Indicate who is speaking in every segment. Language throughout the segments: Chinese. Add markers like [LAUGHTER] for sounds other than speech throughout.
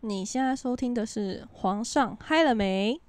Speaker 1: 你现在收听的是《皇上嗨了没》。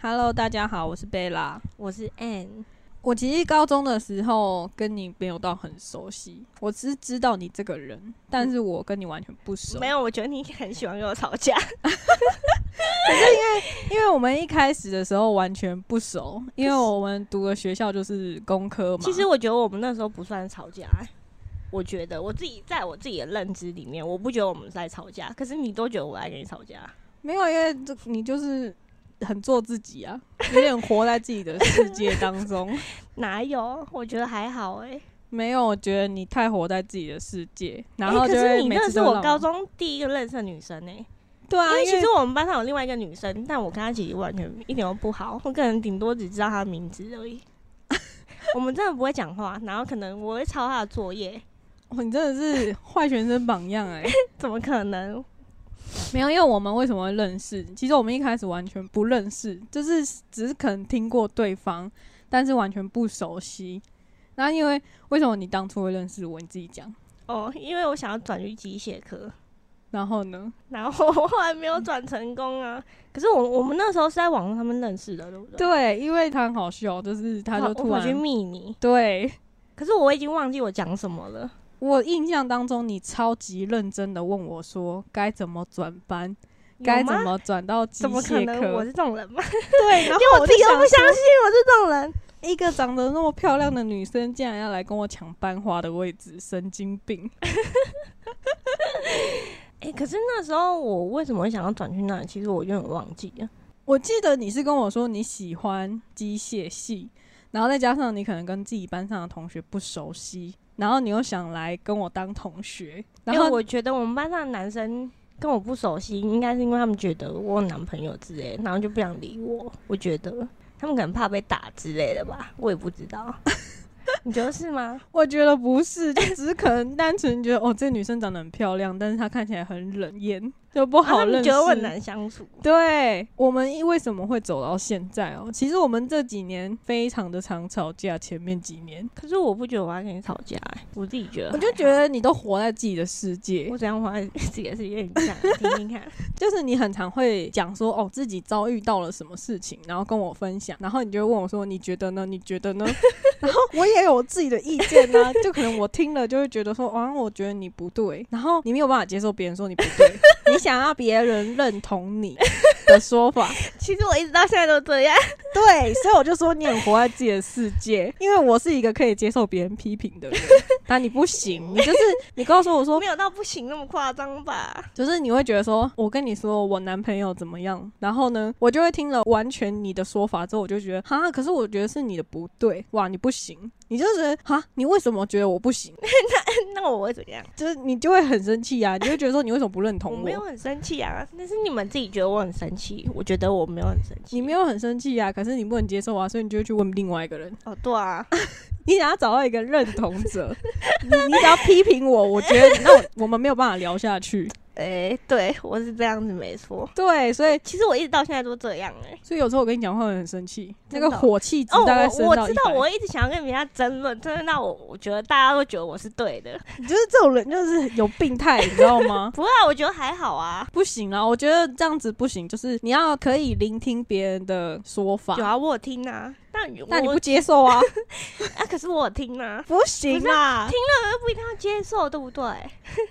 Speaker 1: Hello，大家好，我是贝拉。
Speaker 2: 我是 Ann，
Speaker 1: 我其实高中的时候跟你没有到很熟悉，我只是知道你这个人，但是我跟你完全不熟。
Speaker 2: 没有，我觉得你很喜欢跟我吵架，
Speaker 1: 因为我们一开始的时候完全不熟，因为我们读的学校就是工科嘛。
Speaker 2: [LAUGHS] 其实我觉得我们那时候不算吵架、欸我觉得我自己在我自己的认知里面，我不觉得我们在吵架，可是你都觉得我在跟你吵架，
Speaker 1: 没有，因为这你就是很做自己啊，有点活在自己的世界当中。
Speaker 2: [LAUGHS] 哪有？我觉得还好哎、欸
Speaker 1: 没有，我觉得你太活在自己的世界，然
Speaker 2: 欸
Speaker 1: 后
Speaker 2: 可
Speaker 1: 就是会
Speaker 2: 你
Speaker 1: 每
Speaker 2: 那
Speaker 1: 次
Speaker 2: 是
Speaker 1: 都
Speaker 2: 我
Speaker 1: 让
Speaker 2: 高中第一个认识的女生哎、
Speaker 1: 对啊，
Speaker 2: 因为
Speaker 1: 因
Speaker 2: 其
Speaker 1: 为
Speaker 2: 实我们班上有另外一个女生，但我跟她其实完全一点都不好，我可能顶多只知道她的名字
Speaker 1: [LAUGHS]
Speaker 2: 而已。我们真的不会讲话，然后可能我会抄她的作业，
Speaker 1: 哦你真的是坏学生榜样
Speaker 2: [LAUGHS]
Speaker 1: 哎、
Speaker 2: 怎么可能？
Speaker 1: 没有，因为我们为什么会认识？其实我们一开始完全不认识，就是只是可能听过对方，但是完全不熟悉。那因为为什么你当初会认识我？你自己讲。
Speaker 2: 哦，因为我想要转去机械科，
Speaker 1: 然后呢？
Speaker 2: 然后 [LAUGHS] 我后来
Speaker 1: 嗯
Speaker 2: 没有转成功啊。可是我我们那时候是在网络上面认识的，对不对？
Speaker 1: 对，因为他很好笑，就是他就
Speaker 2: 我跑
Speaker 1: 突
Speaker 2: 我跑去
Speaker 1: 然
Speaker 2: 密你，
Speaker 1: 对
Speaker 2: 可是我已经忘记我讲什么了。
Speaker 1: 我印象当中，你超级认真的问我说该怎么转班，
Speaker 2: 有
Speaker 1: 该怎
Speaker 2: 吗？
Speaker 1: 么转到机
Speaker 2: 怎么可
Speaker 1: 械
Speaker 2: 能？我
Speaker 1: 科
Speaker 2: 是。这种人吗？ [LAUGHS]
Speaker 1: 对，然后
Speaker 2: 因为我自己
Speaker 1: 就
Speaker 2: 都不
Speaker 1: 想
Speaker 2: 相
Speaker 1: 说
Speaker 2: 信我是这种人。
Speaker 1: 一个长得那么漂亮的女生，竟然要来跟我抢班花的位置，神经病！
Speaker 2: 哎、可是那时候我为什么会想要转去那里？其实我有点忘记了。
Speaker 1: 我记得你是跟我说你喜欢机械系，然后再加上你可能跟自己班上的同学不熟悉，然后你又想来跟我当同学，然
Speaker 2: 因为
Speaker 1: 后
Speaker 2: 我觉得我们班上的男生跟我不熟悉，应该是因为他们觉得我有男朋友之类，然后就不想理我。我觉得他们可能怕被打之类的吧，我也不知道。 [LAUGHS] 你觉得是吗？
Speaker 1: 我觉得不是，就只是可能单纯觉得哦，这女生长得很漂亮，但是她看起来很冷艳，就
Speaker 2: [LAUGHS]
Speaker 1: 不
Speaker 2: 然后
Speaker 1: 好
Speaker 2: 啊他
Speaker 1: 认
Speaker 2: 们
Speaker 1: 识。
Speaker 2: 觉得我很难相处。
Speaker 1: 对我们一为什么会走到现在哦？其实我们这几年非常的常吵架，前面几年
Speaker 2: 可是我不觉得我要跟你吵架、欸，我自己觉得还好。
Speaker 1: 我就觉得你都活在自己的世界
Speaker 2: 哎我，怎样玩这个是有点像，听听看。
Speaker 1: 就是你很常会讲说哦自己遭遇到了什么事情，然后跟我分享，然后你就会问我说你觉得呢？你觉 [LAUGHS] 得呢？然后我也有自己的意见呢、就可能我听了就会觉得说啊我觉得你不对，然后你没有办法接受别人说你不对，你想要别人认同你的说法，
Speaker 2: [LAUGHS] 其实我一直到现在都 [LAUGHS] 这样，
Speaker 1: [LAUGHS] 对，所以我就说你很活在自己的世界，因为我是一个可以接受别人批评的人，但你不行，你就是你告诉我说
Speaker 2: 没有到不行那么夸张吧？ [LAUGHS]
Speaker 1: 就是你会觉得说，我跟你说我男朋友怎么样，然后呢，我就会听了完全你的说法之后，我就觉得哈，可是我觉得是你的不对，哇，你不行，你就觉得哈，你为什么觉得我不行？ [LAUGHS]
Speaker 2: 那我会怎样？
Speaker 1: 就是你就会很生气啊，你就会觉得说你为什么不认
Speaker 2: 我
Speaker 1: 同
Speaker 2: 没有
Speaker 1: 我？
Speaker 2: 很生气啊，那是你们自己觉得我很生气，我觉得我没有很生气。
Speaker 1: 你没有很生气啊，可是你不能接受啊，所以你就会去问另外一个人，
Speaker 2: 哦，对 [LAUGHS] 啊，
Speaker 1: 你想要找到一个认同者， [LAUGHS] 你你只要批评我，我觉得那我我们没有办法聊下去。
Speaker 2: 哎、对我是这样子没错。
Speaker 1: 对，所以
Speaker 2: 其实我一直到现在都这样哎、
Speaker 1: 所以有时候我跟你讲话会很生气，那
Speaker 2: 真
Speaker 1: 个
Speaker 2: 的哦
Speaker 1: 火气值
Speaker 2: 哦，
Speaker 1: 大概
Speaker 2: 我
Speaker 1: 升
Speaker 2: 我
Speaker 1: 到
Speaker 2: 知
Speaker 1: 一
Speaker 2: 道，
Speaker 1: 百。
Speaker 2: 我一直想要跟人家争论，争论到我，我觉得大家都觉得我是对的。
Speaker 1: 你就是这种人，就是有病态，你知道吗？
Speaker 2: 不会啊，我觉得还好啊，
Speaker 1: [LAUGHS] 不行啦，我觉得这样子不行，就是你要可以聆听别人的说法
Speaker 2: 有。啊，我有听啊，但我
Speaker 1: 那你不接受啊？
Speaker 2: 啊？可是我有听啊，
Speaker 1: [LAUGHS] 不行啦，
Speaker 2: 那不一定要接受，对不对？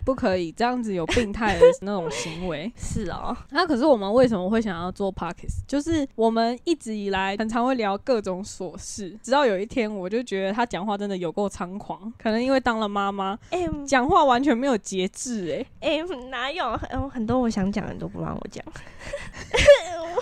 Speaker 1: 不可以这样子有病态的那种行 [LAUGHS] 为。
Speaker 2: 是哦，
Speaker 1: 那、可是我们为什么会想要做 podcast？就是我们一直以来很常会聊各种琐事，直到有一天我就觉得他讲话真的有够猖狂，可能因为当了妈妈，
Speaker 2: 哎、
Speaker 1: 讲话完全没有节制、欸。
Speaker 2: 哎、哪有？呃很多我想讲的都不让我讲。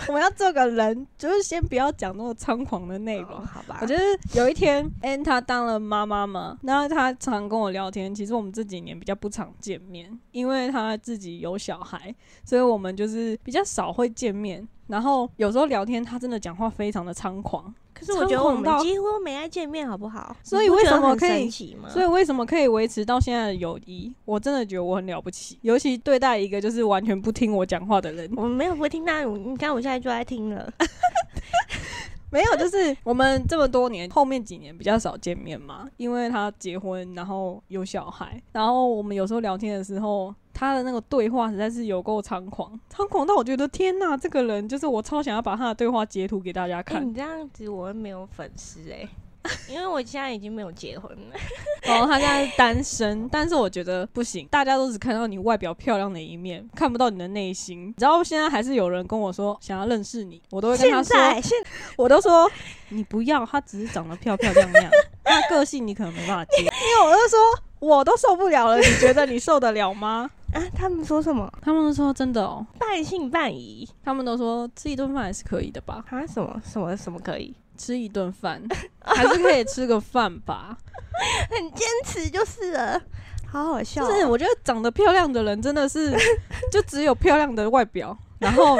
Speaker 1: 我们要做个人，就是先不要讲那么猖狂的内容
Speaker 2: 哦。好吧
Speaker 1: 哎我，觉得有一天，N 她当了妈妈嘛，然后她常跟我聊天。其实我们这几年比较不常见面，因为她自己有小孩，所以我们就是比较少会见面。然后有时候聊天，她真的讲话非常的猖狂，
Speaker 2: 可是我觉得
Speaker 1: 猖
Speaker 2: 我
Speaker 1: 狂
Speaker 2: 们
Speaker 1: 到
Speaker 2: 几乎没爱见面，好不好？
Speaker 1: 所以
Speaker 2: 你不
Speaker 1: 为
Speaker 2: 觉
Speaker 1: 什
Speaker 2: 得
Speaker 1: 么
Speaker 2: 很
Speaker 1: 可以
Speaker 2: 神奇吗？
Speaker 1: 所以为什么可以维持到现在的友谊？我真的觉得我很了不起，尤其对待一个就是完全不听我讲话的人，
Speaker 2: 我们没有不会听到，但你看我现在就在
Speaker 1: [LAUGHS]
Speaker 2: 听了。
Speaker 1: 没有，就是我们这么多年，后面几年比较少见面嘛，因为他结婚，然后有小孩，然后我们有时候聊天的时候，他的那个对话实在是有够猖狂，猖狂到我觉得天呐，这个人就是我超想要把他的对话截图给大家
Speaker 2: 哎、
Speaker 1: 看。
Speaker 2: 你这样子我会没有粉丝哎、因为我现在已经没有结婚了。
Speaker 1: 然哦后他现在是单身，但是我觉得不行，大家都只看到你外表漂亮的一面，看不到你的内心。然后现在还是有人跟我说想要认识你，我都会跟他
Speaker 2: 现
Speaker 1: 说，
Speaker 2: 在现
Speaker 1: 我都说你不要，她只是长得漂漂亮亮，那个性你可能没办法接。因为我就说我都受不了了，你觉得你受得了吗？
Speaker 2: 啊，他们说什么
Speaker 1: [LAUGHS] 他们都说真的哦，
Speaker 2: 半信半疑
Speaker 1: 他们都说吃一顿饭还是可以的吧，
Speaker 2: 啊？什么什么什么可以？
Speaker 1: 吃一顿 [LAUGHS] 饭还是可以吃个饭 [LAUGHS] 吧。
Speaker 2: 很坚持就是了，好好笑
Speaker 1: 就
Speaker 2: 哦、
Speaker 1: 是我觉得长得漂亮的人真的是 [LAUGHS] 就只有漂亮的外表，然 [LAUGHS] 后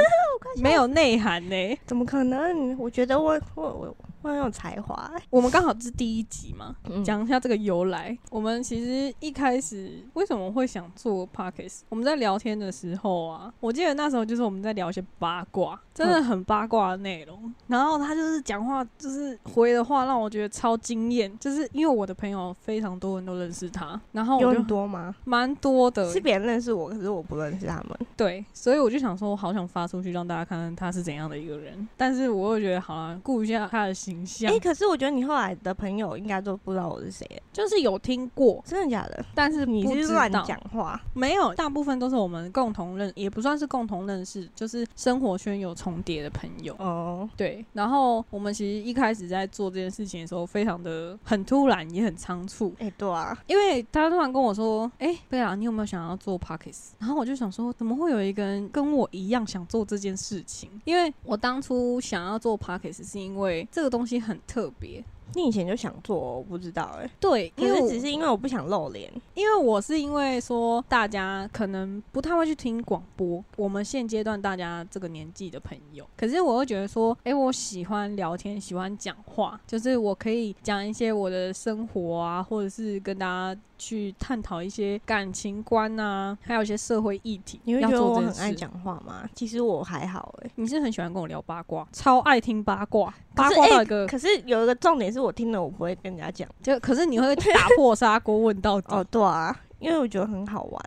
Speaker 1: 没有内涵欸呢、
Speaker 2: 怎么可能？我觉得我我我我很有才华、
Speaker 1: 我们刚好是第一集嘛，
Speaker 2: 嗯，
Speaker 1: 讲一下这个由来。我们其实一开始为什么会想做 podcast？我们在聊天的时候啊，我记得那时候就是我们在聊一些八卦，真的很八卦的内容。然后他就是讲话，就是回的话让我觉得超惊艳，就是因为我的朋友非常多人都认识他，然后
Speaker 2: 有
Speaker 1: 我就
Speaker 2: 很多吗？
Speaker 1: 蛮多的
Speaker 2: 是，别人认识我，可是我不认识他们。
Speaker 1: 对，所以我就想说，我好想发出去让大家看看他是怎样的一个人。但是我又觉得，好啊，顾一下他的形象
Speaker 2: 哎、，可是我觉得你后来的朋友应该都不知道我是谁，
Speaker 1: 就是有听过，
Speaker 2: 真的假的？
Speaker 1: 但是
Speaker 2: 你
Speaker 1: 不
Speaker 2: 是
Speaker 1: 知
Speaker 2: 乱
Speaker 1: 道
Speaker 2: 讲话，
Speaker 1: 没有，大部分都是我们共同认，也不算是共同认识，就是生活圈有重叠的朋友。
Speaker 2: 哦，
Speaker 1: 对，然后我们其实一开始在做这件事情的时候，非常的很突然，也很仓促，
Speaker 2: 哎、对啊，
Speaker 1: 因为他突然跟我说：“哎、贝啊，你有没有想要做 pockets？” 然后我就想说，怎么会有一个人跟我一样想做这件事情？因为我当初想要做 pockets 是因为这个东西很特别。
Speaker 2: 你以前就想做哦，我不知道哎、
Speaker 1: 对，
Speaker 2: 可
Speaker 1: 因为
Speaker 2: 是
Speaker 1: 我
Speaker 2: 只是因为我不想露脸，
Speaker 1: 因为我是因为说大家可能不太会去听广播，我们现阶段大家这个年纪的朋友，可是我又觉得说，诶，我喜欢聊天，喜欢讲话，就是我可以讲一些我的生活啊，或者是跟大家去探讨一些感情观啊，还有一些社会议题。
Speaker 2: 你会
Speaker 1: 要
Speaker 2: 觉得
Speaker 1: 做
Speaker 2: 我
Speaker 1: 这件
Speaker 2: 很爱
Speaker 1: 事。
Speaker 2: 讲话吗？其实我还好哎、
Speaker 1: 你是很喜欢跟我聊八卦，超爱听八卦，八
Speaker 2: 可是
Speaker 1: 卦
Speaker 2: 诶
Speaker 1: 到一个，
Speaker 2: 可是有一个重点是我听了我不会跟人家讲
Speaker 1: 就可是你会打破砂锅问到底。
Speaker 2: 哦，对啊，因为我觉得很好玩，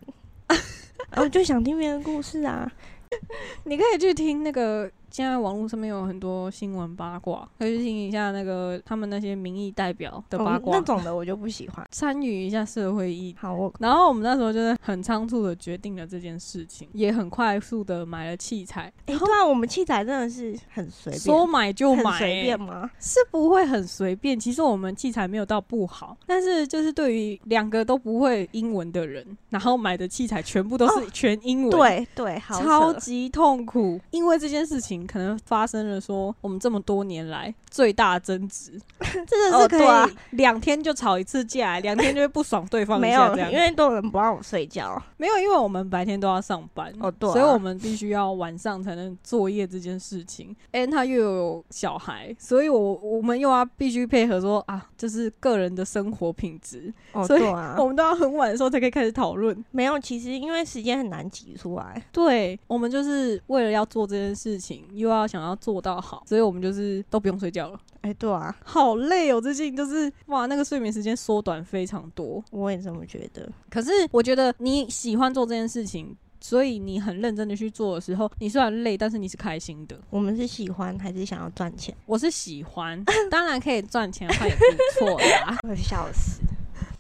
Speaker 2: [LAUGHS] 然后就想听别人的故事啊。
Speaker 1: 你可以去听那个，现在网络上面有很多新闻八卦，可以去听一下那个他们那些民意代表的八
Speaker 2: 哦
Speaker 1: 卦，
Speaker 2: 那种的我就不喜欢。
Speaker 1: 参与一下社会议题。
Speaker 2: 好，我
Speaker 1: 然后我们那时候就是很仓促的决定了这件事情，也很快速的买了器材，
Speaker 2: 哎、对啊，我们器材真的是很随便，
Speaker 1: 说买就买、
Speaker 2: 很随
Speaker 1: 欸
Speaker 2: 便吗？
Speaker 1: 是不会很随便。其实我们器材没有到不好，但是就是对于两个都不会英文的人，然后买的器材全部都
Speaker 2: 哦
Speaker 1: 是全英文，
Speaker 2: 对对，好
Speaker 1: 超
Speaker 2: 扯
Speaker 1: 级痛苦，因为这件事情可能发生了说我们这么多年来最大的争执，真的是
Speaker 2: 哦
Speaker 1: 可
Speaker 2: 对啊
Speaker 1: 以两天就吵一次架，两天就会不爽对方一
Speaker 2: 没
Speaker 1: 下
Speaker 2: 有，
Speaker 1: 这样
Speaker 2: 因。为都有人不让我睡觉。
Speaker 1: 没有，因为我们白天都要上班，
Speaker 2: 哦对啊
Speaker 1: 所以我们必须要晚上才能作业这件事情。a 他又有小孩，所以我我们又要必须配合说啊，就是个人的生活品质，
Speaker 2: 哦，
Speaker 1: 所以
Speaker 2: 对啊
Speaker 1: 我，们都要很晚的时候才可以开始讨论。
Speaker 2: 没有，其实因为时间很难挤出来。
Speaker 1: 对我们就是为了要做这件事情，又要想要做到好，所以我们就是都不用睡觉了，
Speaker 2: 哎、对啊，
Speaker 1: 好累哦。最近就是哇，那个睡眠时间缩短非常多。
Speaker 2: 我也这么觉得。
Speaker 1: 可是我觉得你喜欢做这件事情。所以你很认真的去做的时候，你虽然累，但是你是开心的。
Speaker 2: 我们是喜欢还是想要赚钱？
Speaker 1: 我是喜欢，当然可以赚钱的话也不错啦。
Speaker 2: 我笑死。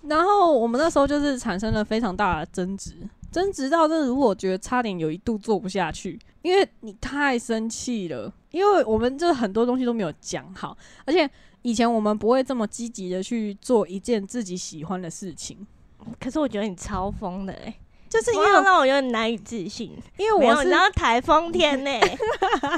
Speaker 1: 然后我们那时候就是产生了非常大的争执，争执到真的，如果我觉得差点有一度做不下去，因为你太生气了，因为我们这很多东西都没有讲好，而且以前我们不会这么积极的去做一件自己喜欢的事情，
Speaker 2: 可是我觉得你超疯的哎、欸，
Speaker 1: 就是因
Speaker 2: 哇
Speaker 1: 为
Speaker 2: 让我有点难以置信。
Speaker 1: 因
Speaker 2: 没
Speaker 1: 为
Speaker 2: 有
Speaker 1: 我
Speaker 2: 你
Speaker 1: 是
Speaker 2: 知道台风天
Speaker 1: [LAUGHS]
Speaker 2: 呢、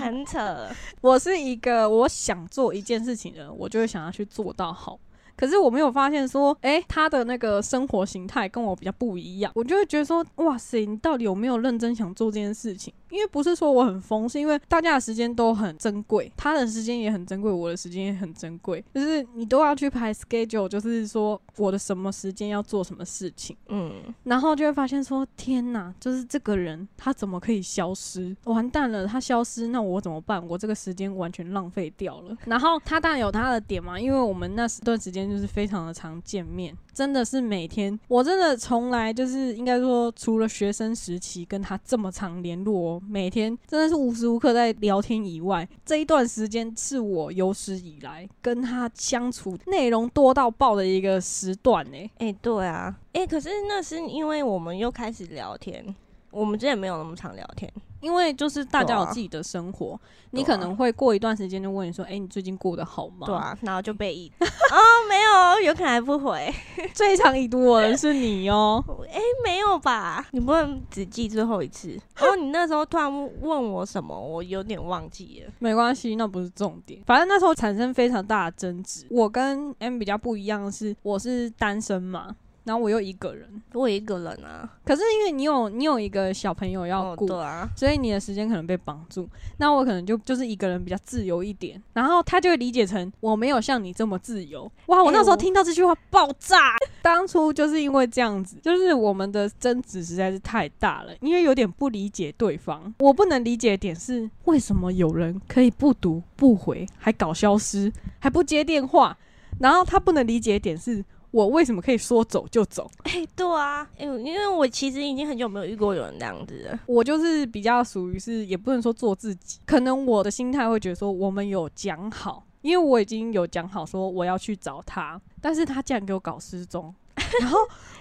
Speaker 2: 很扯。
Speaker 1: 我是一个我想做一件事情的人，我就会想要去做到好。可是我没有发现说，诶、他的那个生活形态跟我比较不一样，我就会觉得说，哇塞，你到底有没有认真想做这件事情？因为不是说我很疯，是因为大家的时间都很珍贵，他的时间也很珍贵，我的时间也很珍贵，就是你都要去排 schedule，就是说我的什么时间要做什么事情。
Speaker 2: 嗯，
Speaker 1: 然后就会发现说，天哪，就是这个人他怎么可以消失？完蛋了，他消失，那我怎么办？我这个时间完全浪费掉了。然后他当然有他的点嘛，因为我们那段时间就是非常的常见面，真的是每天，我真的从来就是应该说，除了学生时期跟他这么常联络、哦，每天真的是无时无刻在聊天以外，这一段时间是我有史以来跟他相处内容多到爆的一个时段欸呢、
Speaker 2: 哎、对啊，哎、可是那是因为我们又开始聊天，我们之前没有那么常聊天。
Speaker 1: 因为就是大家
Speaker 2: 对啊
Speaker 1: 有自己的生活，你
Speaker 2: 对啊
Speaker 1: 可能会过一段时间就问你说：“哎、你最近过得好吗？”
Speaker 2: 对，啊，然后就被一哦，没有，有可能还不回。
Speaker 1: 最常已读我的是你哦、 [LAUGHS]
Speaker 2: 哎、没有吧？你不能只记最后一次。哦，你那时候突然问我什么，我有点忘记了。
Speaker 1: 没关系，那不是重点。反正那时候产生非常大的争执。我跟 M 比较不一样的是，我是单身嘛，然后我又一个人。
Speaker 2: 我一个人啊，
Speaker 1: 可是因为你有你有一个小朋友要
Speaker 2: 哦，
Speaker 1: 顾，
Speaker 2: 对啊，
Speaker 1: 所以你的时间可能被绑住。那我可能就就是一个人比较自由一点，然后他就会理解成我没有像你这么自由。哇，我
Speaker 2: 哎
Speaker 1: 那时候
Speaker 2: 我
Speaker 1: 听到这句话爆炸。 [LAUGHS] 当初就是因为这样子，就是我们的争执实在是太大了，因为有点不理解对方。我不能理解的点是，为什么有人可以不读不回，还搞消失，还不接电话？然后他不能理解的点是。我为什么可以说走就走？
Speaker 2: 哎、对啊，哎、因为我其实已经很久没有遇过有人这样子了。
Speaker 1: 我就是比较属于是，也不能说做自己，可能我的心态会觉得说，我们有讲好，因为我已经有讲好说我要去找他，但是他竟然给我搞失踪，然后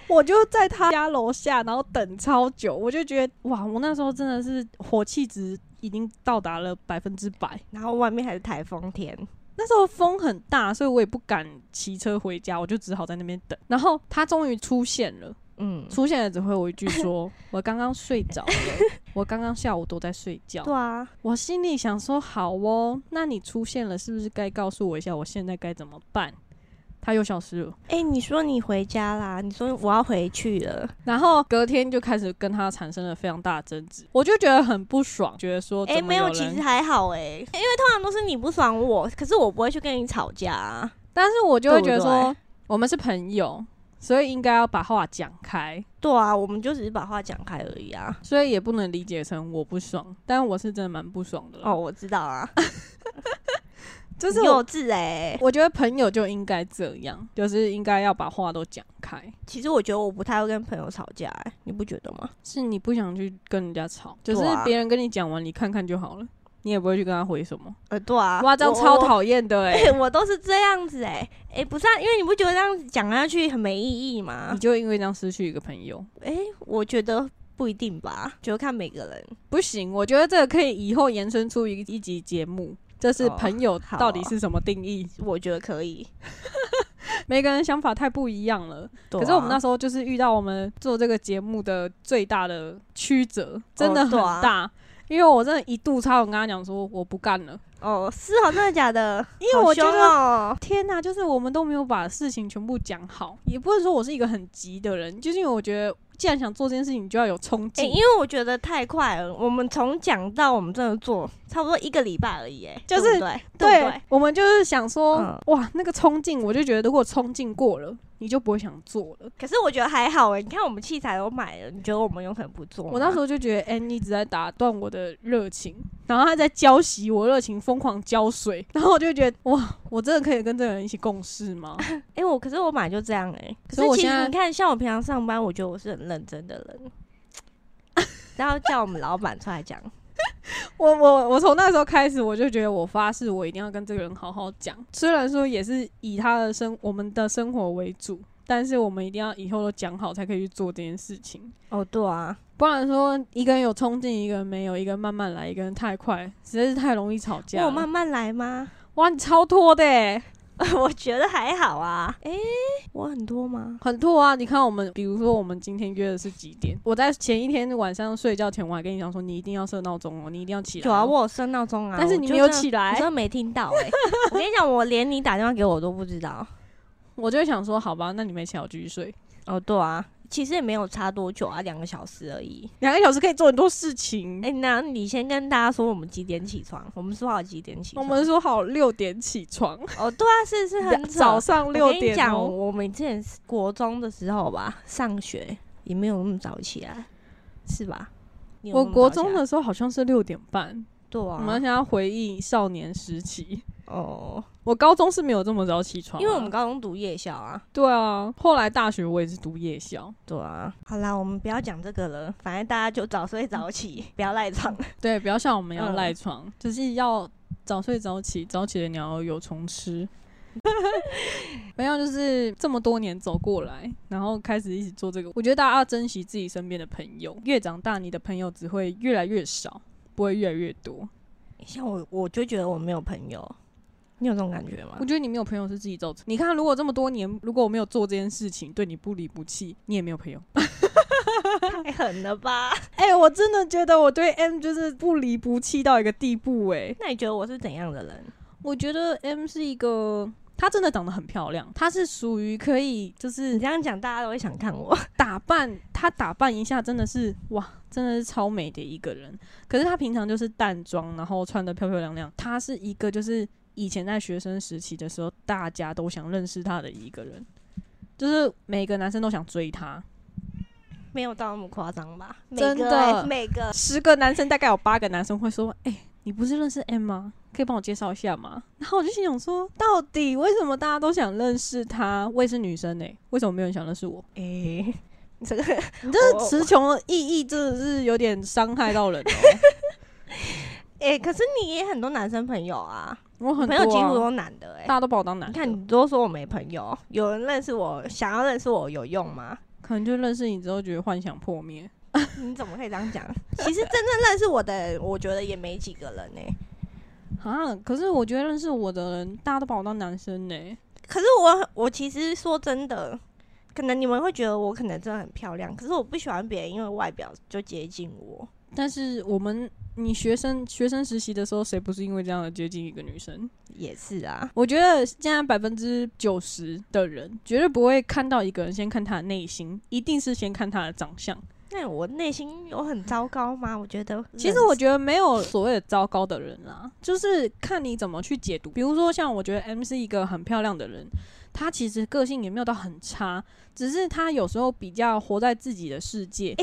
Speaker 1: 我就在他家楼下，然后等超久，我就觉得哇，我那时候真的是火气值已经到达了百分之百。
Speaker 2: 然后外面还是台风天，
Speaker 1: 那时候风很大，所以我也不敢骑车回家，我就只好在那边等。然后他终于出现了，
Speaker 2: 嗯，
Speaker 1: 出现了只会我一句说：“ [COUGHS] 我刚刚睡着了，我刚刚下午都在睡觉。”
Speaker 2: 对啊，
Speaker 1: 我心里想说，好哦，那你出现了，是不是该告诉我一下，我现在该怎么办？他又消失了，
Speaker 2: 哎、你说你回家啦，你说我要回去了，
Speaker 1: 然后隔天就开始跟他产生了非常大的争执，我就觉得很不爽，觉得说，
Speaker 2: 哎、
Speaker 1: 怎么
Speaker 2: 没有，
Speaker 1: 人
Speaker 2: 其实还好哎、因为通常都是你不爽我，可是我不会去跟你吵架啊。
Speaker 1: 但是我就会觉得
Speaker 2: 对
Speaker 1: 说
Speaker 2: 不，
Speaker 1: 我们是朋友，所以应该要把话讲开，
Speaker 2: 对啊，我们就只是把话讲开而已啊。
Speaker 1: 所以也不能理解成我不爽，但我是真的蛮不爽的啦
Speaker 2: 哦，，我知道啊，
Speaker 1: 就
Speaker 2: 就是幼
Speaker 1: 我。
Speaker 2: 稚哎、
Speaker 1: 我觉得朋友就应该这样，就是应该要把话都讲开。
Speaker 2: 其实我觉得我不太会跟朋友吵架、欸，你不觉得吗？
Speaker 1: 是你不想去跟人家吵，就是
Speaker 2: 对啊
Speaker 1: 别人跟你讲完，你看看就好了，你也不会去跟他回什么。
Speaker 2: 呃，对啊，
Speaker 1: 哇，这样
Speaker 2: 我
Speaker 1: 超
Speaker 2: 我
Speaker 1: 讨厌的哎、
Speaker 2: [LAUGHS] 哎、我都是这样子哎、哎、不是啊，因为你不觉得这样子讲下去很没意义吗
Speaker 1: 你？就因为这样失去一个朋友，
Speaker 2: 哎、我觉得不一定吧，就看每个人。
Speaker 1: 不行。我觉得这个可以以后延伸出一一集节目，这是
Speaker 2: 哦
Speaker 1: 朋友
Speaker 2: 好啊
Speaker 1: 到底是什么定义？
Speaker 2: 我觉得可以。
Speaker 1: 每个人想法太不一样了。可是我们
Speaker 2: 啊
Speaker 1: 那时候就是遇到我们做这个节目的最大的曲折，真的很
Speaker 2: 对啊
Speaker 1: 大。因为我真的一度差点跟他讲说我不干了，
Speaker 2: 候哦，是哦，真的假的？
Speaker 1: 因为我觉
Speaker 2: 好
Speaker 1: 得
Speaker 2: 凶哦，
Speaker 1: 天呐，就是我们都没有把事情全部讲好，也不是说我是一个很急的人，就是因为我觉得，既然想做这件事情，你就要有冲
Speaker 2: 哎、
Speaker 1: 劲。
Speaker 2: 因为我觉得太快了。我们从讲到我们真的做，差不多一个礼拜而已、哎，
Speaker 1: 就是
Speaker 2: 对不对
Speaker 1: 对
Speaker 2: 对不对
Speaker 1: 我们就是想说，
Speaker 2: 嗯
Speaker 1: 哇，那个冲劲，我就觉得如果冲劲过了，你就不会想做了。
Speaker 2: 可是我觉得还好哎、你看我们器材都买了，你觉得我们有可能不做吗？
Speaker 1: 我那时候就觉得，哎、你一直在打断我的热情，然后他在浇熄我热情，疯狂浇水，然后我就觉得，哇，我真的可以跟这个人一起共事
Speaker 2: [LAUGHS]
Speaker 1: 吗？
Speaker 2: 哎、我可是我买就这样哎、
Speaker 1: 所以
Speaker 2: 可
Speaker 1: 我
Speaker 2: 是其
Speaker 1: 现在
Speaker 2: 实你看，像我平常上班，我觉得我是很认真的人。是要叫我们老板出来
Speaker 1: [LAUGHS]
Speaker 2: 讲。
Speaker 1: 我我我从那时候开始，我就觉得我发誓，我一定要跟这个人好好讲。虽然说也是以他的生我们的生活为主，但是我们一定要以后都讲好，才可以去做这件事情。
Speaker 2: 哦，对啊，
Speaker 1: 不然说一个人有冲劲，一个人没有，一个人慢慢来，一个人太快，实在是太容易吵
Speaker 2: 我
Speaker 1: 架
Speaker 2: 有
Speaker 1: 了。
Speaker 2: 哦慢慢来吗？
Speaker 1: [LAUGHS] 哇，你超拖的、欸，
Speaker 2: 我觉得还好啊。 [LAUGHS] 诶、我很多吗？
Speaker 1: 很拖啊！你看我们，比如说我们今天约的是几点？我在前一天晚上睡觉前，我还跟你讲说，你一定要设闹钟哦，你一定要起来、
Speaker 2: 有啊，我有设闹钟啊，
Speaker 1: 但是
Speaker 2: 我
Speaker 1: 你
Speaker 2: 就
Speaker 1: 没有
Speaker 2: 真的
Speaker 1: 起
Speaker 2: 我
Speaker 1: 来
Speaker 2: 真，的没听到哎、我跟你讲，我连你打电话给我都不知道。
Speaker 1: 我就会想说，好吧，那你没起来，我继续睡。
Speaker 2: 哦，对啊，其实也没有差多久啊，两个小时而已。
Speaker 1: 两个小时可以做很多事情。
Speaker 2: 哎、那你先跟大家说我们几点起床？我们说好几点起
Speaker 1: 我
Speaker 2: 床？
Speaker 1: 们说好六点起床，
Speaker 2: 哦，对啊，是是 [LAUGHS] 很
Speaker 1: [LAUGHS] 早
Speaker 2: 早。
Speaker 1: 上
Speaker 2: 我
Speaker 1: 六
Speaker 2: 跟你
Speaker 1: 点
Speaker 2: 讲，
Speaker 1: 哦、
Speaker 2: 我们之前国中的时候吧，上学也没有那么早起来，是吧？你有
Speaker 1: 我
Speaker 2: 那么
Speaker 1: 国
Speaker 2: 早起
Speaker 1: 中
Speaker 2: 来
Speaker 1: 的时候好像是六点半。
Speaker 2: 对
Speaker 1: 我们
Speaker 2: 啊，
Speaker 1: 现在回忆少年时期，
Speaker 2: 哦，
Speaker 1: 我高中是没有这么早起床啊，
Speaker 2: 因为我们高中读夜校啊。
Speaker 1: 对啊，后来大学我也是读夜校，
Speaker 2: 对啊，好啦，我们不要讲这个了，反正大家就早睡早起，不要赖床。 [LAUGHS]
Speaker 1: 对，不要像我们一样
Speaker 2: 嗯
Speaker 1: 赖床，就是要早睡早起，早起的鸟有虫吃。 [LAUGHS] 没有，就是这么多年走过来，然后开始一起做这个。我觉得大家要珍惜自己身边的朋友，越长大，你的朋友只会越来越少，不会越来越多。
Speaker 2: 像我，我就觉得我没有朋友，你有这种感觉吗
Speaker 1: 我？觉得你没有朋友是自己造成。你看，如果这么多年，如果我没有做这件事情，对你不离不弃，你也没有朋友。
Speaker 2: 太狠了吧？
Speaker 1: 哎、我真的觉得我对 M 就是不离不弃到一个地步、哎，
Speaker 2: 那你觉得我是怎样的人？
Speaker 1: 我觉得 M 是一个，她真的长得很漂亮，她是属于可以就是
Speaker 2: 你这样讲，大家都会想看我。 [LAUGHS]
Speaker 1: 打扮，她打扮一下真的是哇，真的是超美的一个人。可是她平常就是淡妆，然后穿的漂漂亮亮，她是一个就是以前在学生时期的时候，大家都想认识她的一个人。就是每个男生都想追她，
Speaker 2: 没有到那么夸张吧？
Speaker 1: 真的
Speaker 2: 每个欸
Speaker 1: 十个男生大概有八个男生会说：“哎、你不是认识 M 吗？可以帮我介绍一下吗？”然后我就心想说：“到底为什么大家都想认识他？我也是女生呢、欸为什么没有人想认识我？
Speaker 2: 每个哎、 [LAUGHS] 你这个
Speaker 1: 你这
Speaker 2: 我
Speaker 1: 词穷的意义真的是有点伤害到人哦、 [LAUGHS]
Speaker 2: 哎、可是你也很多男生朋友啊，
Speaker 1: 我
Speaker 2: 我
Speaker 1: 很多
Speaker 2: 朋
Speaker 1: 啊、
Speaker 2: 友几乎都男的哎、
Speaker 1: 大家都把我当男
Speaker 2: 你
Speaker 1: 的，
Speaker 2: 看，你都说我没朋友，有人认识我，想要认识我有用吗？
Speaker 1: 可能就认识你之后觉得幻想破灭。
Speaker 2: 你怎么可以这样讲？ [LAUGHS] 其实真正认识我的，我觉得也没几个人哎、
Speaker 1: 啊！可是我觉得认识我的人，大家都把我当男生欸呢、
Speaker 2: 可是我，我其实说真的，可能你们会觉得我可能真的很漂亮，可是我不喜欢别人因为外表就接近我。
Speaker 1: 但是我们，你学生学生实习的时候，谁不是因为这样的接近一个女生？
Speaker 2: 也是啊，
Speaker 1: 我觉得现在百分之九十的人绝对不会看到一个人，先看他的内心，一定是先看他的长相。
Speaker 2: 那我内心有很糟糕吗？我觉得，
Speaker 1: 嗯其实我觉得没有所谓的糟糕的人啦，就是看你怎么去解读。比如说，像我觉得 M 是一个很漂亮的人，她其实个性也没有到很差，只是她有时候比较活在自己的世界。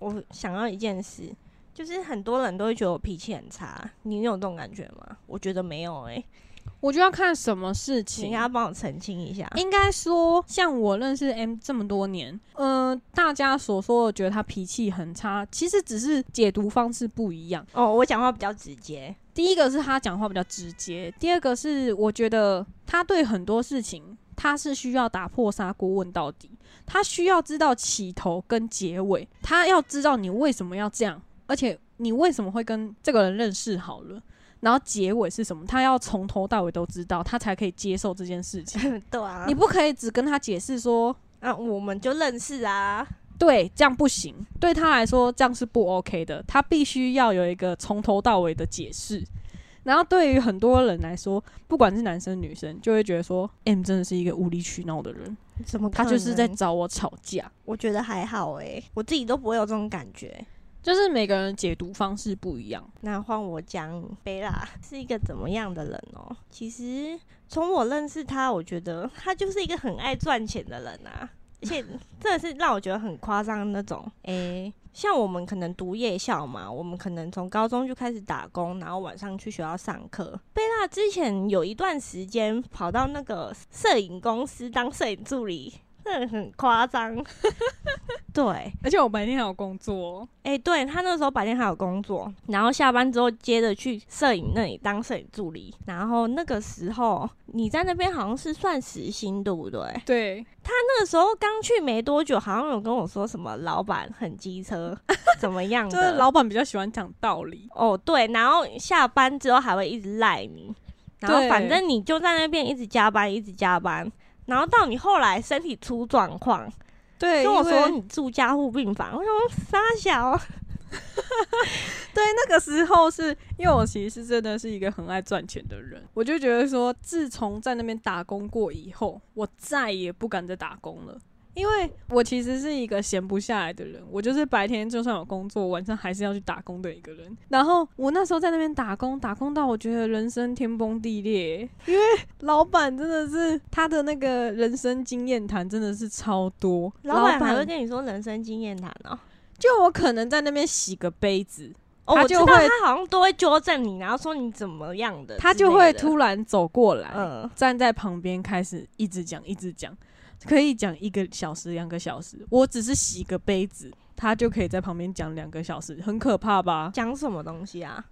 Speaker 2: 我想要一件事，就是很多人都会觉得我脾气很差，你有这种感觉吗？我觉得没有哎、
Speaker 1: 我就要看什么事
Speaker 2: 请
Speaker 1: 情
Speaker 2: 大。家帮我澄清一下。
Speaker 1: 应该说，像我认识 M 这么多年，嗯，大家所说的觉得她脾气很差，其实只是解读方式不一样。
Speaker 2: 哦，我讲话比较直
Speaker 1: [LAUGHS]
Speaker 2: 接，
Speaker 1: 第一个是他讲话比较直接，第二个是我觉得他对很多事情他是需要打破砂锅问到底，他需要知道起头跟结尾，他要知道你为什么要这样，而且你为什么会跟这个人认识好了。然后结尾是什么？他要从头到尾都知道，他才可以接受这件事情。
Speaker 2: 对啊，
Speaker 1: 你不可以只跟他解释说，
Speaker 2: 啊，我们就认识啊，
Speaker 1: 对，这样不行，对他来说这样是不 OK 的，他必须要有一个从头到尾的解释。然后对于很多人来说，不管是男生女生，就会觉得说，M 真的是一个无理取闹的人，
Speaker 2: 怎么
Speaker 1: 他就是在
Speaker 2: 可能
Speaker 1: 找我吵架。
Speaker 2: 我觉得还好哎、我自己都不会有这种感觉。
Speaker 1: 就是每个人解读方式不一样，
Speaker 2: 那换我讲，贝拉是一个怎么样的人哦、其实从我认识他，我觉得他就是一个很爱赚钱的人啊，而且真的是让我觉得很夸张的那种。诶、像我们可能读夜校嘛，我们可能从高中就开始打工，然后晚上去学校上课。贝拉之前有一段时间跑到那个摄影公司当摄影助理，真的很夸张。 [LAUGHS] 对，
Speaker 1: 而且我白天还有工作，哦
Speaker 2: 哎、对他那时候白天还有工作，然后下班之后接着去摄影那里当摄影助理，然后那个时候你在那边好像是算时薪对不对？
Speaker 1: 对，
Speaker 2: 那个时候刚去没多久，好像有跟我说什么老板很机车怎么
Speaker 1: [LAUGHS]
Speaker 2: 样
Speaker 1: 就是
Speaker 2: 的，
Speaker 1: 老板比较喜欢讲道理，
Speaker 2: 哦，对，然后下班之后还会一直赖你，然后
Speaker 1: 对
Speaker 2: 反正你就在那边一直加班，一直加班，然后到你后来身体出状况，
Speaker 1: 对
Speaker 2: 跟我
Speaker 1: 因
Speaker 2: 说
Speaker 1: 为
Speaker 2: 你住加护病房，我想说傻小，
Speaker 1: 对，那个时候是因为我其实是真的是一个很爱赚钱的人，我就觉得说，自从在那边打工过以后，我再也不敢再打工了。因为我其实是一个闲不下来的人，我就是白天就算有工作，晚上还是要去打工的一个人。然后我那时候在那边打工，打工到我觉得人生天崩地裂，因为老板真的是他的那个人生经验谈真的是超多，
Speaker 2: 老板还会跟你说人生经验谈哦。
Speaker 1: 就我可能在那边洗个杯子，
Speaker 2: 哦，
Speaker 1: 他
Speaker 2: 我知
Speaker 1: 就
Speaker 2: 道
Speaker 1: 会
Speaker 2: 他好像都会纠正你，然后说你怎么样的之类的，
Speaker 1: 他就会突然走过来，
Speaker 2: 嗯，
Speaker 1: 站在旁边开始一直讲，一直讲，可以讲一个小时、两个小时。我只是洗个杯子，他就可以在旁边讲两个小时，很可怕吧？
Speaker 2: 讲什么东西啊？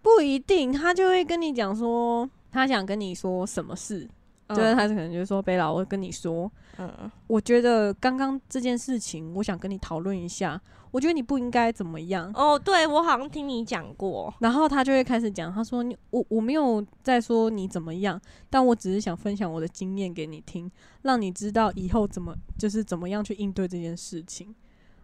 Speaker 1: 不一定，他就会跟你讲说，他想跟你说什么事，就是他可能就说：“贝老，我跟你说，
Speaker 2: 嗯嗯
Speaker 1: 我觉得刚刚这件事情，我想跟你讨论一下，我觉得你不应该怎么样。”
Speaker 2: 哦，对我好像听你讲过，
Speaker 1: 然后他就会开始讲，他说你我我没有在说你怎么样，但我只是想分享我的经验给你听，让你知道以后怎么就是怎么样去应对这件事情。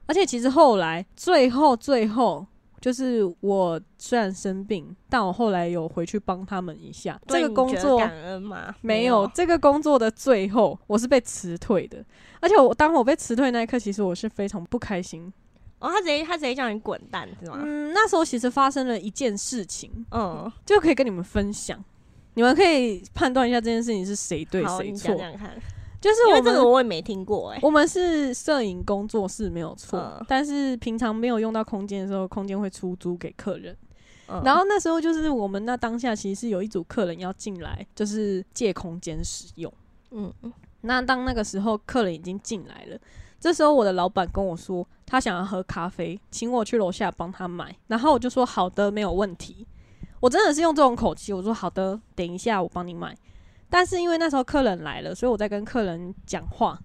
Speaker 1: 而且其实后来最后最后就是我虽然生病，但我后来有回去帮他们一下
Speaker 2: 对
Speaker 1: 这个
Speaker 2: 你
Speaker 1: 工
Speaker 2: 觉得
Speaker 1: 作。
Speaker 2: 感恩吗？
Speaker 1: 没有，这个工作的最后，我是被辞退的。而且我当我被辞退那一刻，其实我是非常不开心。
Speaker 2: 哦，他直接他直接叫你滚蛋是吗？
Speaker 1: 嗯，那时候其实发生了一件事情，
Speaker 2: 嗯，
Speaker 1: 就可以跟你们分享，你们可以判断一下这件事情是谁对
Speaker 2: 好，
Speaker 1: 谁
Speaker 2: 你
Speaker 1: 错
Speaker 2: 讲。讲看，
Speaker 1: 就是
Speaker 2: 因
Speaker 1: 我
Speaker 2: 为这
Speaker 1: 们、
Speaker 2: 个我也没听过哎、
Speaker 1: 我们是摄影工作室没有错，
Speaker 2: 嗯
Speaker 1: 但是平常没有用到空间的时候，空间会出租给客人。
Speaker 2: 嗯
Speaker 1: 然后那时候就是我们那当下其实是有一组客人要进来，就是借空间使用。
Speaker 2: 嗯嗯
Speaker 1: 那当那个时候客人已经进来了，这时候我的老板跟我说他想要喝咖啡，请我去楼下帮他买，然后我就说好的，没有问题。我真的是用这种口气，我说好的，等一下我帮你买。但是因为那时候客人来了，所以我在跟客人讲话，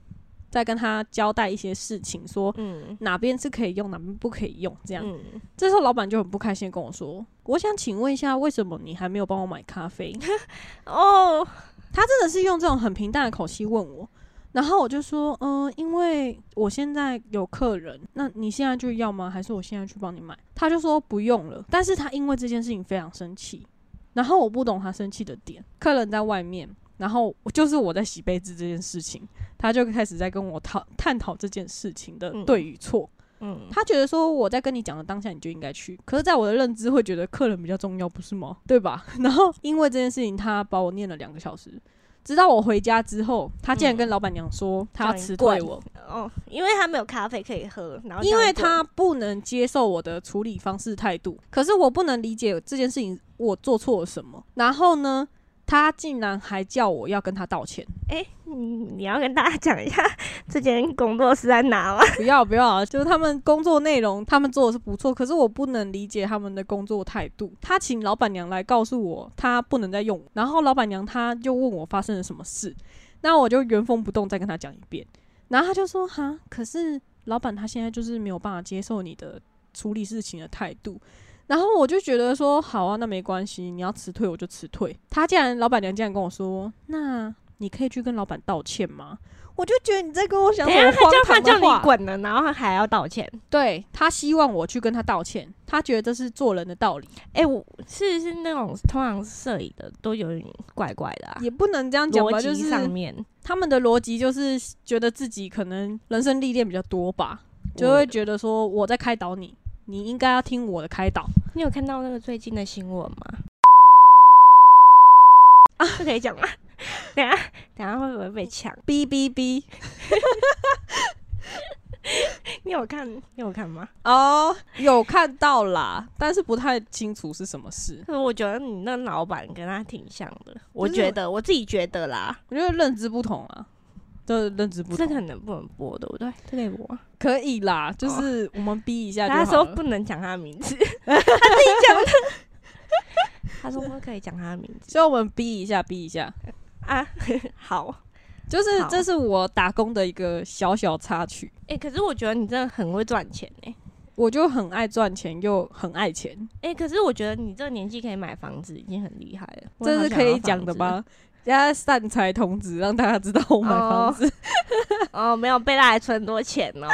Speaker 1: 在跟他交代一些事情，说
Speaker 2: 嗯
Speaker 1: 哪边是可以用，哪边不可以用，这样。
Speaker 2: 嗯，
Speaker 1: 这时候老板就很不开心地跟我说：“我想请问一下，为什么你还没有帮我买咖啡？”
Speaker 2: 哦，
Speaker 1: 他真的是用这种很平淡的口气问我，然后我就说，嗯、因为我现在有客人，那你现在就要吗？还是我现在去帮你买？他就说不用了，但是他因为这件事情非常生气，然后我不懂他生气的点，客人在外面。然后就是我在洗杯子这件事情，他就开始在跟我讨探讨这件事情的
Speaker 2: 嗯
Speaker 1: 对与错。
Speaker 2: 嗯，
Speaker 1: 他觉得说我在跟你讲的当下你就应该去，可是在我的认知会觉得客人比较重要，不是吗？对吧？ [LAUGHS] 然后因为这件事情，他把我念了两个小时，直到我回家之后，他
Speaker 2: 嗯
Speaker 1: 竟然跟老板娘说他要辞退我，
Speaker 2: 哦，因为他没有咖啡可以喝，然后
Speaker 1: 因
Speaker 2: 叫
Speaker 1: 为
Speaker 2: 你滚
Speaker 1: 他不能接受我的处理方式态度。可是我不能理解这件事情我做错了什么，然后呢，他竟然还叫我要跟他道歉。
Speaker 2: 哎、嗯，你要跟大家讲一下这间工作室在哪哦吗？
Speaker 1: 不要不要啊，就是他们工作内容，他们做的是不错，可是我不能理解他们的工作态度。他请老板娘来告诉我，他不能再用我，然后老板娘她就问我发生了什么事，那我就原封不动再跟他讲一遍，然后他就说哈，可是老板他现在就是没有办法接受你的处理事情的态度。然后我就觉得说，好啊，那没关系，你要辞退我就辞退。他竟然老板娘竟然跟我说，那你可以去跟老板道歉吗？我就觉得你在跟我讲
Speaker 2: 等一
Speaker 1: 什么
Speaker 2: 啊下他
Speaker 1: 荒
Speaker 2: 叫他
Speaker 1: 唐
Speaker 2: 叫
Speaker 1: 的话
Speaker 2: 你。滚了，然后他还要道歉。
Speaker 1: 对他希望我去跟他道歉，他觉得这是做人的道理，
Speaker 2: 哎、我是是那种通常摄影的都有点怪怪的、啊，
Speaker 1: 也不能这样讲
Speaker 2: 逻
Speaker 1: 吧。就
Speaker 2: 辑
Speaker 1: 是
Speaker 2: 上面
Speaker 1: 他们的逻辑就是觉得自己可能人生历练比较多吧，就
Speaker 2: 我
Speaker 1: 会觉得说我在开导你，你应该要听我的开导。
Speaker 2: 你有看到那个最近的新闻吗？啊，这可以讲吗？等一下等一下会不会被抢？
Speaker 1: 哔哔哔
Speaker 2: [LAUGHS] 你有看你有看吗？
Speaker 1: 哦，有看到啦，但是不太清楚是什么事。
Speaker 2: 可是我觉得你那老板跟他挺像的，我
Speaker 1: 不是
Speaker 2: 觉
Speaker 1: 我
Speaker 2: 得我自己觉得啦。
Speaker 1: 我觉得认知不同啊，这认知不
Speaker 2: 这
Speaker 1: 同
Speaker 2: 可。能不能播，对不对？这可以播啊。
Speaker 1: 可以啦，就是我们逼一下就
Speaker 2: 他
Speaker 1: 好
Speaker 2: 说
Speaker 1: 了。
Speaker 2: 不能讲他的名 [LAUGHS] 字，他自己 [LAUGHS] 讲的。他说不可以讲他的名字
Speaker 1: 所以我们逼一下，逼一下，
Speaker 2: 啊。 [LAUGHS] 好，
Speaker 1: 就是
Speaker 2: 好
Speaker 1: 这是我打工的一个小小插曲。
Speaker 2: 哎、可是我觉得你真的很会赚钱哎、
Speaker 1: 我就很爱赚钱，又很爱钱，
Speaker 2: 哎、可是我觉得你这个年纪可以买房子，已经很厉害了。我也
Speaker 1: 这
Speaker 2: 好
Speaker 1: 是
Speaker 2: 想
Speaker 1: 可
Speaker 2: 要
Speaker 1: 以讲的
Speaker 2: 房子？
Speaker 1: 吧？人家散财童子，让大家知道我买房子。
Speaker 2: 哦，没有，贝拉还存很多钱哦。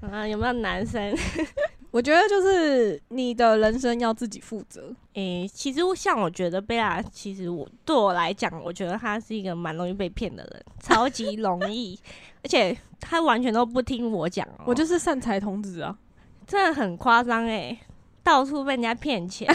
Speaker 2: [LAUGHS] 啊，有没有男生？
Speaker 1: 我觉得就是你的人生要自己负责。
Speaker 2: 诶、欸其实我像我觉得贝拉，其实我对我来讲，我觉得他是一个蛮容易被骗的人，超级容 [LAUGHS] 易，而且他完全都不听我讲、哦，
Speaker 1: 我就是善财童子啊，
Speaker 2: 真的很夸张诶，到处被人家骗
Speaker 1: [LAUGHS]
Speaker 2: 钱，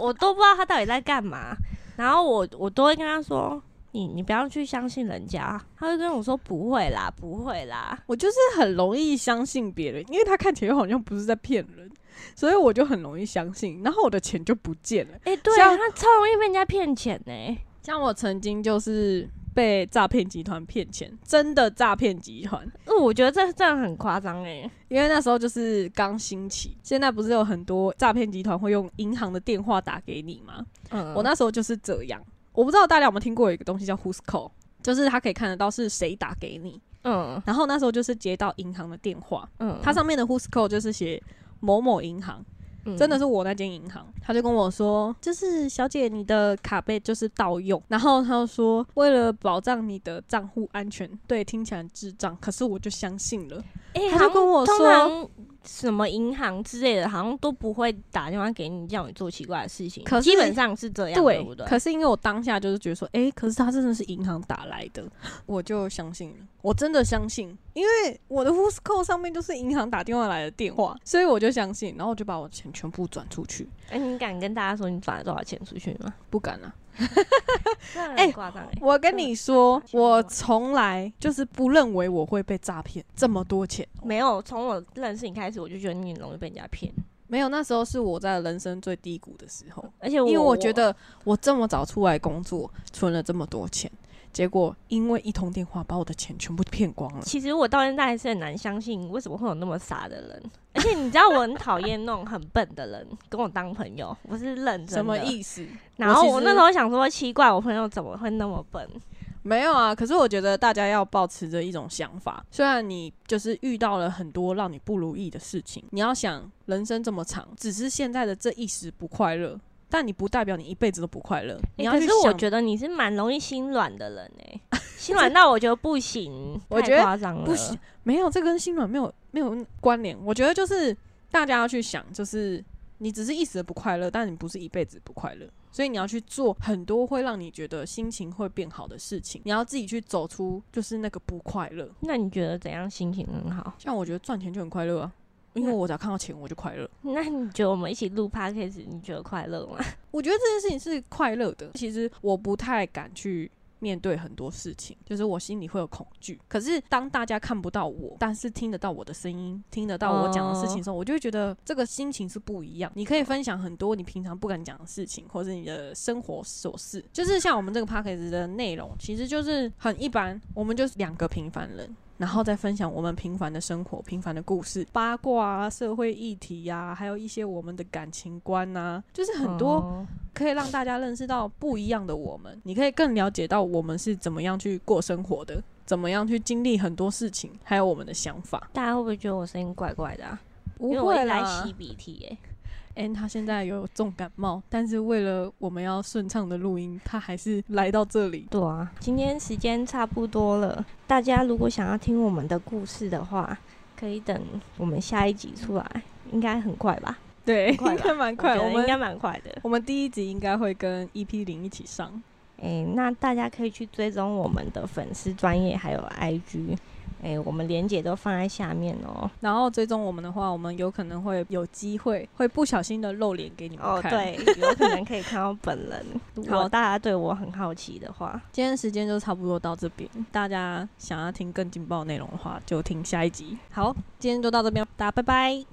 Speaker 2: 我都不知道他到底在干嘛。然后我我都会跟他说，你你不要去相信人家，他就跟我说不会啦，不会啦。
Speaker 1: 我就是很容易相信别人，因为他看起来好像不是在骗人，所以我就很容易相信，然后我的钱就不见了。
Speaker 2: 诶、对啊，
Speaker 1: 像
Speaker 2: 他超容易被人家骗钱欸呢、
Speaker 1: 像我曾经就是被诈骗集团骗钱，真的诈骗集团，
Speaker 2: 呃我觉得这真的很夸张欸诶。
Speaker 1: 因为那时候就是刚兴起，现在不是有很多诈骗集团会用银行的电话打给你吗？
Speaker 2: 嗯，
Speaker 1: 我那时候就是这样，我不知道大家有没有听过有一个东西叫 Who's Call，就是它可以看得到是谁打给你。
Speaker 2: 嗯
Speaker 1: 然后那时候就是接到银行的电话，
Speaker 2: 嗯，
Speaker 1: 它上面的 Who's Call 就是写某某银行，
Speaker 2: 嗯
Speaker 1: 真的是我那间银行，他就跟我说，就是小姐你的卡被就是盗用，然后他就说为了保障你的账户安全，对，听起来很智障，可是我就相信了，
Speaker 2: 欸
Speaker 1: 他就跟我
Speaker 2: 通
Speaker 1: 说，
Speaker 2: 常什么银行之类的，好像都不会打电话给你叫你做奇怪的事情，
Speaker 1: 可是
Speaker 2: 基本上是这样，对
Speaker 1: 对
Speaker 2: 不对？
Speaker 1: 可是因为我当下就是觉得说，诶，可是他真的是银行打来的，我就相信了，我真的相信，因为我的 Who's Call 上面就是银行打电话来的电话，所以我就相信，然后我就把我钱全部转出去，
Speaker 2: 哎、你敢跟大家说你转了多少钱出去吗？
Speaker 1: 不敢啊。
Speaker 2: 哎，夸张哎，
Speaker 1: 我跟你说，
Speaker 2: 真的
Speaker 1: 我从来就是不认为我会被诈骗这么多钱。
Speaker 2: 没有，从我认识你开始，我就觉得你很容易被人家骗，
Speaker 1: 没有，那时候是我在人生最低谷的时候，
Speaker 2: 而且
Speaker 1: 因为
Speaker 2: 我
Speaker 1: 我觉得我这么早出来工作，存了这么多钱，结果因为一通电话把我的钱全部骗光了。
Speaker 2: 其实我到现在还是很难相信，为什么会有那么傻的人？而且你知道，我很讨厌那种很笨的人跟我当朋友，我是认真的。
Speaker 1: 什么意思？
Speaker 2: 然后
Speaker 1: 我其
Speaker 2: 我
Speaker 1: 实
Speaker 2: 那时候想说，奇怪，我朋友怎么会那么笨？
Speaker 1: 没有啊，可是我觉得大家要保持着一种想法，虽然你就是遇到了很多让你不如意的事情，你要想人生这么长，只是现在的这一时不快乐，但你不代表你一辈子都不快乐。你
Speaker 2: 欸
Speaker 1: 要
Speaker 2: 可
Speaker 1: 去
Speaker 2: 是
Speaker 1: 想
Speaker 2: 我觉得你是蛮容易心软的人哎、
Speaker 1: [LAUGHS]
Speaker 2: 心软到我觉得不行，
Speaker 1: 我
Speaker 2: 太
Speaker 1: 觉得
Speaker 2: 夸张了，
Speaker 1: 不行，没有，这跟心软没有没有关联。我觉得就是大家要去想，就是你只是一时的不快乐，但你不是一辈子不快乐，所以你要去做很多会让你觉得心情会变好的事情。你要自己去走出就是那个不快乐。
Speaker 2: 那你觉得怎样心情很好？
Speaker 1: 像我觉得赚钱就很快乐啊，因为
Speaker 2: 那
Speaker 1: 我只要看到钱我就快乐。
Speaker 2: 那你觉得我们一起录 podcast，你觉得快乐吗？
Speaker 1: 我觉得这件事情是快乐的。其实我不太敢去面对很多事情，就是我心里会有恐惧。可是当大家看不到我，但是听得到我的声音，听得到我讲的事情的时候，我就会觉得这个心情是不一样。你可以分享很多你平常不敢讲的事情，或是你的生活琐事。就是像我们这个 p a c k a g e 的内容，其实就是很一般，我们就是两个平凡人。然后再分享我们平凡的生活、平凡的故事、八卦啊、社会议题呀、还有一些我们的感情观呐、就是很多
Speaker 2: 哦
Speaker 1: 可以让大家认识到不一样的我们，你可以更了解到我们是怎么样去过生活的，怎么样去经历很多事情，还有我们的想法。
Speaker 2: 大家会不会觉得我声音怪怪的、啊？
Speaker 1: 不
Speaker 2: 因为我一
Speaker 1: 会
Speaker 2: 直在
Speaker 1: 啦
Speaker 2: 吸鼻涕哎、
Speaker 1: ，N 他现在有重感冒，但是为了我们要顺畅的录音，他还是来到这里。
Speaker 2: 对啊，今天时间差不多了，大家如果想要听我们的故事的话，可以等我们下一集出来，应该很快吧？
Speaker 1: 对，
Speaker 2: 很快吧
Speaker 1: [LAUGHS] 应该蛮快。我
Speaker 2: 我觉得应该
Speaker 1: 们
Speaker 2: 蛮快的。
Speaker 1: 我们第一集应该会跟 EP 零一起上。
Speaker 2: 诶，那大家可以去追踪我们的粉丝专业还有 IG，诶，我们连姐都放在下面哦。
Speaker 1: 然后追踪我们的话，我们有可能会有机会会不小心的露脸给你们
Speaker 2: 哦，
Speaker 1: 看。，
Speaker 2: 对，有可能可以看到本 [LAUGHS] 人。如果
Speaker 1: 好
Speaker 2: 大家对我很好奇的话，
Speaker 1: 今天时间就差不多到这边，大家想要听更劲爆的内容的话，就听下一集。好，今天就到这边，大家拜拜。